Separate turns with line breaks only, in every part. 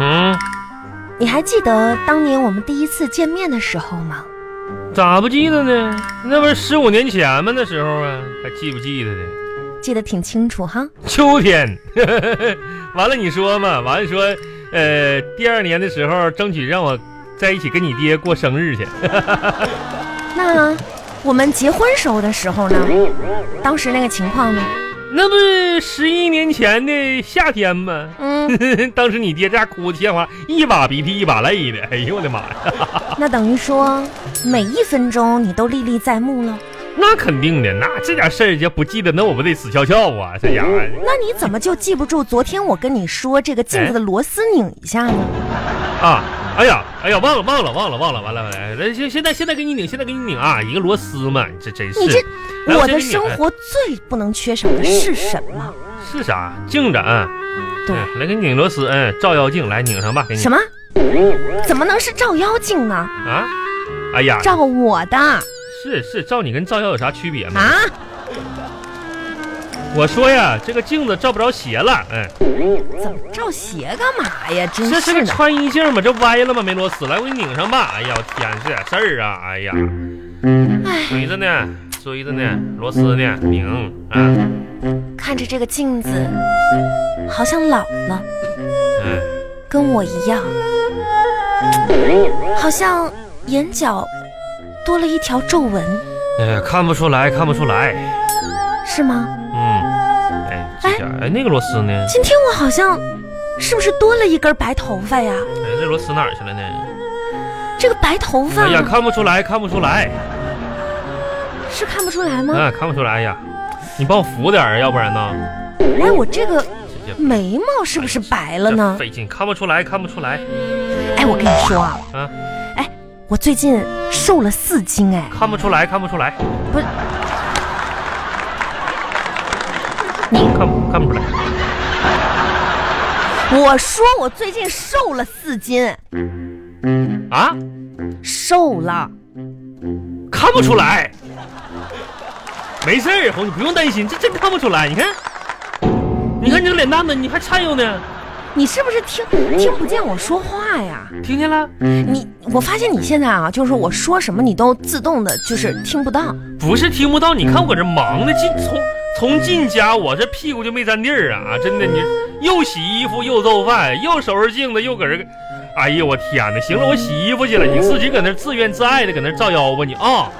嗯
还记得当年我们第一次见面的时候吗？
咋不记得呢？那不是十五年前吗？那时候啊，还记不记得呢？
记得挺清楚哈。
秋天， 完了你说嘛，完了说，呃，第二年的时候争取让我在一起跟你爹过生日去。
那我们结婚时候的时候呢？当时那个情况呢？
那不是十一年前的夏天吗？
嗯，
当时你爹这哭的鲜花，一把鼻涕一把泪的，哎呦我的妈呀！
那等于说每一分钟你都历历在目了。
那肯定的，那这点事儿要不记得，那我不得死翘翘啊！这家伙，
那你怎么就记不住昨天我跟你说这个镜子的螺丝拧一下呢？
啊，哎呀，哎呀，忘了，忘了，忘了，忘了，完了，完了，来现现在现在给你拧，现在给你拧啊，一个螺丝嘛，这真是
你这
哎
我
先
的
给你
生活最不能缺少的是什么？
是啥镜子啊？
对
嗯来给你拧螺丝，嗯，照妖镜，来拧上吧，给你
什么？怎么能是照妖镜呢？
啊？哎呀，
照我的啊！
是是，照你跟照妖有啥区别吗？我说呀，这个镜子照不着鞋了，嗯，
怎么照鞋干嘛呀？真
这这
是
个
的，
穿衣镜嘛，这歪了吗？没螺丝，来我给你拧上吧。哎呀，我天，这点事儿啊，哎呀，
哎，
锥子呢？锥子呢？螺丝呢？拧啊，嗯，
看着这个镜子，好像老了，
嗯
跟我一样，好像眼角多了一条皱纹，
哎呀，看不出来，看不出来，
是吗？
嗯，哎，这家，哎，那个螺丝呢？
今天我好像是不是多了一根白头发呀？
哎，那螺丝哪儿去了呢？
这个白头发
哎呀，看不出来，看不出来。
是看不出来吗？
啊，看不出来呀，你帮我扶点儿，要不然呢？
哎，我这个
这这
眉毛是不是白嗯了
嗯这
呢？
费劲，看不出来，看不出来，
哎，我跟你说啊，
啊，
哎，我最近瘦了四斤哎。
看不出来，看不出来，
不是
看不看不出来。
我说我最近瘦了四斤，
啊，
瘦了。
看不出来。没事儿，红，你不用担心，这真看不出来。你看，你看你这脸蛋子，你还颤悠呢，
你是不是听听不见我说话呀？
听见了？
你我发现你现在啊，就是我说什么你都自动的，就是听不到。
不是听不到，你看我这忙的进从从进家，我这屁股就没沾地儿啊！真的，你又洗衣服，又做饭，又收拾镜子，又搁这个，哎呀，我天哪！行了，我洗衣服去了，你自己搁那自怨自艾的搁那照妖吧你啊、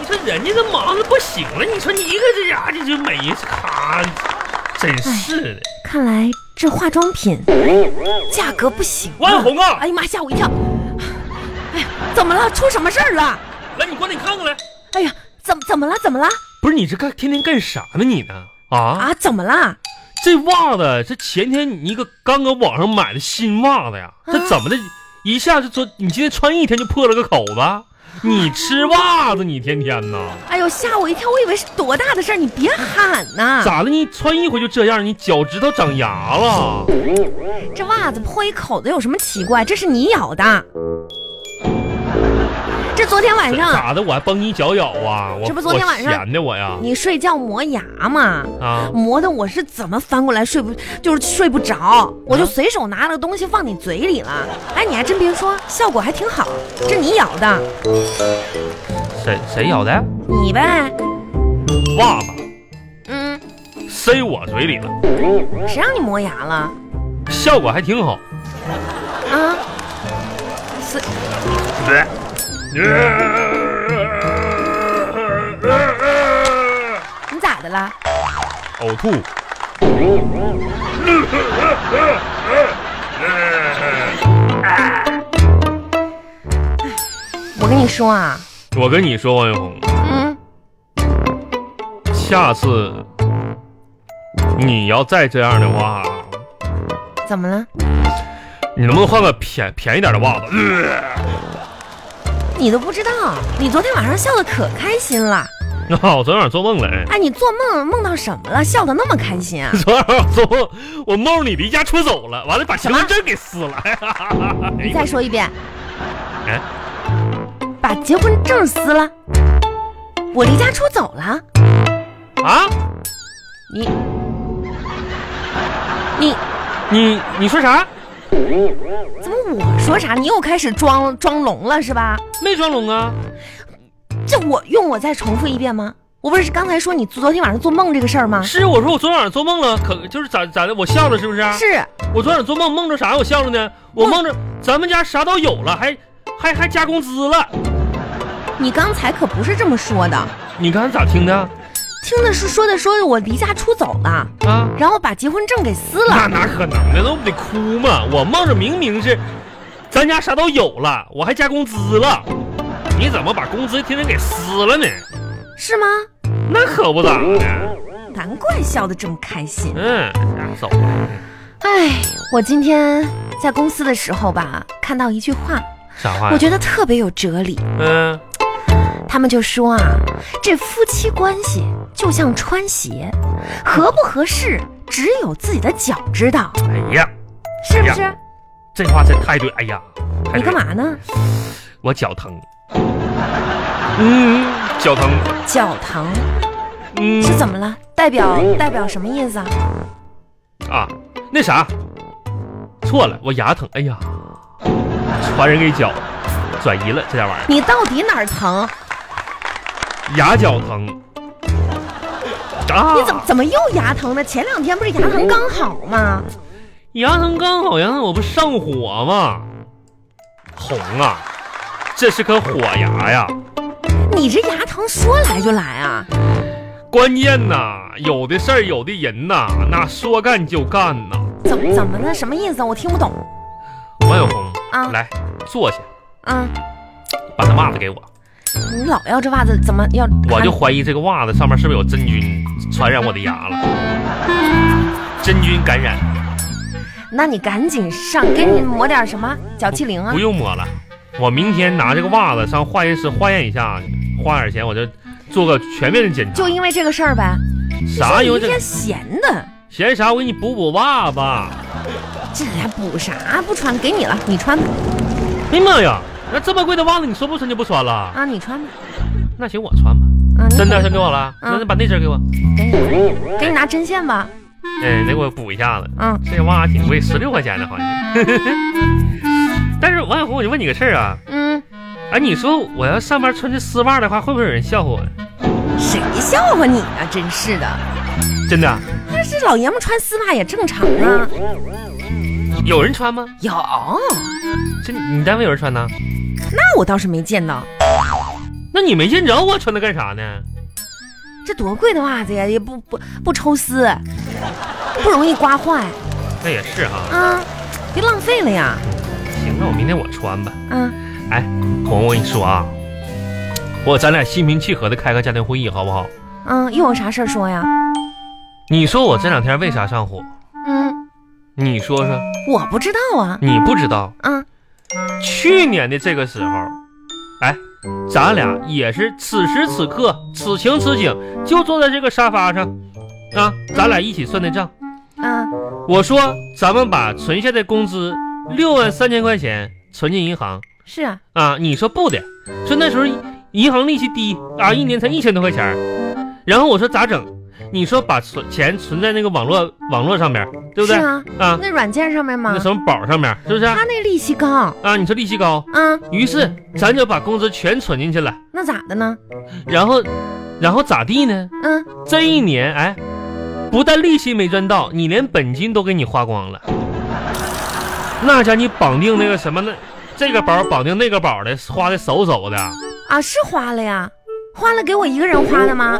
你说人家这忙的不行了，你说你一个这家伙这就美咔，真是的！
看来这化妆品价格不行、啊。
王红啊
哎呀妈，吓我一跳！哎呀，怎么了？出什么事儿了？
来，你过来，你看看来。
哎呀，怎怎么了？怎么了？
不是你这干天天干啥呢你呢？啊，
啊，怎么了？
这袜子，这前天你可刚搁网上买的新袜子呀，
啊
这怎么的，一下就说你今天穿一天就破了个口子？你吃袜子，你天天呐，
哎呦，吓我一跳！我以为是多大的事儿，你别喊呐！
咋的？你穿一回就这样，你脚趾头长牙了？
这袜子破一口子有什么奇怪？这是你咬的。这昨天晚上
咋的？我还崩你脚咬啊？我
这不昨天晚上
我闲的我呀？
你睡觉磨牙嘛，
啊，
磨的我是怎么翻过来睡不就是睡不着，我就随手拿了个东西放你嘴里了。哎，你还真别说，效果还挺好，这你咬的，
谁谁咬的
你呗。
袜子？
嗯，
塞我嘴里了，
谁让你磨牙了
效果还挺好。
啊？是你咋的了？
呕吐。
我跟你说啊，
我跟你说，王永红，
嗯，
下次你要再这样的话，
怎么了？
你能不能换个便便宜点的袜子？嗯
你都不知道，你昨天晚上笑的可开心了。
那、我昨天晚上做梦了，哎
哎，你做梦梦到什么了？笑的那么开心啊？
昨天晚上做梦，我梦里离家出走了，完了把
什
结
么
婚证给撕了。 哎
你
呀
再说一遍，
哎，
把结婚证撕了，我离家出走了，
啊，
你，你，
你你说啥？
怎么我说啥，你又开始装装聋了是吧？
没装聋啊，
这我用我再重复一遍吗？我不是刚才说你昨天晚上做梦这个事儿吗？
是我说我昨天晚上做梦了，可就是咋咋的，我笑了是不是啊？
是，
我昨晚上做梦梦着啥？我笑了呢？我梦着咱们家啥都有了，还还还加工资了。
你刚才可不是这么说的，
你刚才咋听的
听的是说的说的我离家出走了，
啊？
然后把结婚证给撕了。
那哪可能呢？那不得哭吗？我梦着明明是咱家啥都有了，我还加工资了，你怎么把工资天天给撕了呢？
是吗？
那可不咋的。
难怪笑得这么开心。
嗯，那走了。
哎，我今天在公司的时候吧，看到一句话，
啥话
我
呀？
觉得特别有哲理。
嗯，
他们就说啊，这夫妻关系就像穿鞋，合不合适只有自己的脚知道，
哎呀，
是不是？
这话真太对。哎呀，太对
你干？嘛呢？
我脚疼。嗯，脚疼。
脚疼
嗯，
是怎么了？代表代表什么意思啊？
啊，那啥，错了，我牙疼。哎呀，传人给脚转移了，这家玩意
你到底哪儿疼？
儿牙脚疼。啊，
你怎么怎么又牙疼呢？前两天不是牙疼刚好吗？
牙疼刚好牙疼，我不上火吗？红啊，这是颗火牙呀。
你这牙疼说来就来啊？
关键呐，有的事儿，有的人呐，那说干就干呐。
怎么怎么了？什么意思啊？我听不懂
王小红，
啊
来坐下，
啊！
把那袜子给我。
你老要这袜子怎么要？
我就怀疑这个袜子上面是不是有真菌传染我的牙 了，真菌感染
那你赶紧上，给你抹点什么脚气灵啊
不？用抹了。我明天拿这个袜子上化验室化验一下，花点钱我就做个全面的检查。
就因为这个事儿呗？
啥
你
有
一
哎这
天闲的，
嫌啥？我给你补补袜子。哎
这还补啥？不穿给你了，你穿吧
哎呀妈呀，那这么贵的袜子你说不穿就不穿了？
啊，你穿吧。
那行我穿吧。
啊，你
真的先给我了，
嗯
那就把那身给我。
给你，给你拿针线吧。
嗯，得给我补一下子。
嗯，
这袜挺贵，十六块钱呢，好像。 但是王小红，我就问你个事儿啊。
嗯，
哎，你说我要上班穿着丝袜的话，会不会有人笑话我？
谁笑话你啊？真是的，
真的啊，
但是老爷们穿丝袜也正常啊。
有人穿吗？
有，
真，你单位有人穿呢？
那我倒是没见到。
那你没见着我穿它干啥呢？
这多贵的袜子呀，也不不不抽丝，不容易刮坏
那也是哈、
啊，别浪费了呀。
行，那我明天我穿吧。
啊，
哎，红，我跟你说啊，我咱俩心平气和的开个家庭会议好不好？
嗯，又有啥事儿说呀？
你说我这两天为啥上火？
嗯，
你说说，
我不知道啊。
你不知道，
啊，
去年的这个时候，哎，咱俩也是此时此刻此情此景，就坐在这个沙发上，啊，咱俩一起算的账。
啊，
我说咱们把存下的工资六万三千块钱存进银行
是啊，
啊，你说不的，说那时候银行利息低啊，一年才一千多块钱儿。然后我说咋整？你说把存钱存在那个网络网络上面，对不对
是？啊，
啊，
那软件上面吗
那？什么宝上面是不是？
他那利息高啊，
啊，你说利息高，于是咱就把工资全存进去了。
那咋的呢？
然后，然后咋地呢？
嗯，
这一年哎，不但利息没赚到，你连本金都给你花光了。那家你绑定那个什么那，这个宝绑定那个宝的，花的手手的。
啊，是花了呀，花了给我一个人花的吗？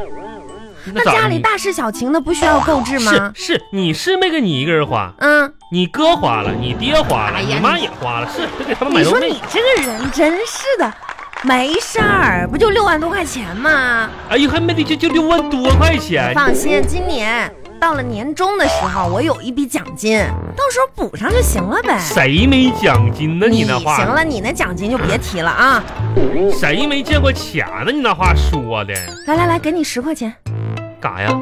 那
咋
家
你
里大事小情的不需要购置
是
吗？
是，你是没给你一个人花，
嗯，
你哥花了，你爹花了，
哎
你
呀
妈也花了，是都给他们
你
买东
说
西
你。这个人真是的，没事儿，不就六万多块钱吗？
哎呦，还没得就就六万多块钱，
放心，今年到了年终的时候，我有一笔奖金，到时候补上就行了呗。
谁没奖金呢？你那话
行了，你那奖金就别提了啊！
谁没见过钱呢？你那话说的。
来来来，给你十块钱。
干啥呀？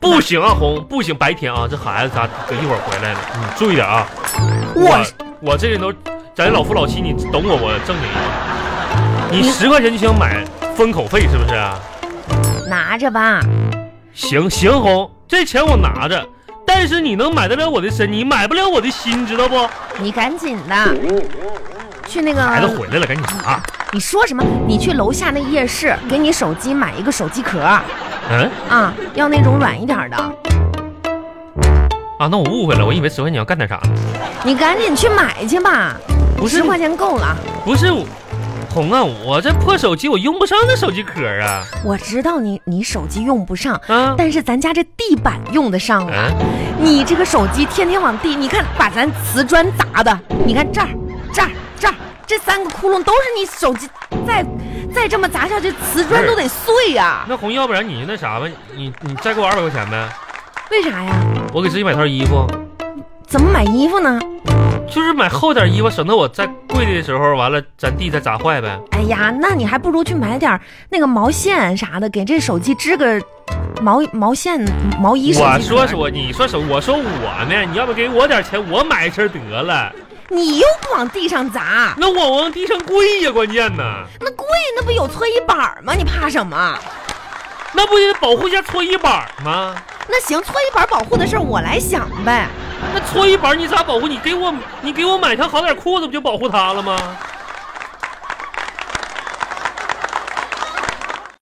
不行啊，红，不行，白天啊，这孩子咋这一会儿回来了？你注意点啊！
我
我这人都，咱老夫老妻，你懂我，我正经一点。你
你
十块钱就想买封口费是不是啊？
拿着吧。
行行，红，这钱我拿着，但是你能买得了我的身，你买不了我的心，知道不？
你赶紧的，去那
孩子
个，
回来了，赶紧拿。
你说什么？你去楼下那夜市给你手机买一个手机壳
嗯
啊，要那种软一点的，
啊，那我误会了，我以为十块钱你要干点啥呢。
你赶紧去买去吧。
不是
十块钱够了，
不是我，红啊，我这破手机我用不上那手机壳啊。
我知道你你手机用不上，
啊，
但是咱家这地板用得上啊。
嗯，
你这个手机天天往地，你看把咱瓷砖砸的，你看这儿、这儿、这儿，这三个窟窿都是你手机，再再这么砸下去，瓷砖都得碎呀、
那红，要不然你那啥吧，你你再给我二百块钱呗，
为啥呀？
我给自己买套衣服，
怎么买衣服呢？
就是买厚点衣服，省得我在跪的时候完了咱地再砸坏呗。
哎呀，那你还不如去买点儿那个毛线啥的，给这手机织个毛毛线毛衣手机壳。
我说说，你说说，我说我呢，你要不给我点钱，我买一身得了。
你又不往地上砸，
那我往地上跪呀，关键呢，
那贵那不有搓衣板儿吗？你怕什么？
那不也得保护一下搓衣板儿吗？
那行，搓衣板保护的事儿我来想呗。
那搓衣板儿你咋保护？你给我，你给我买条好点裤子不就保护它了吗？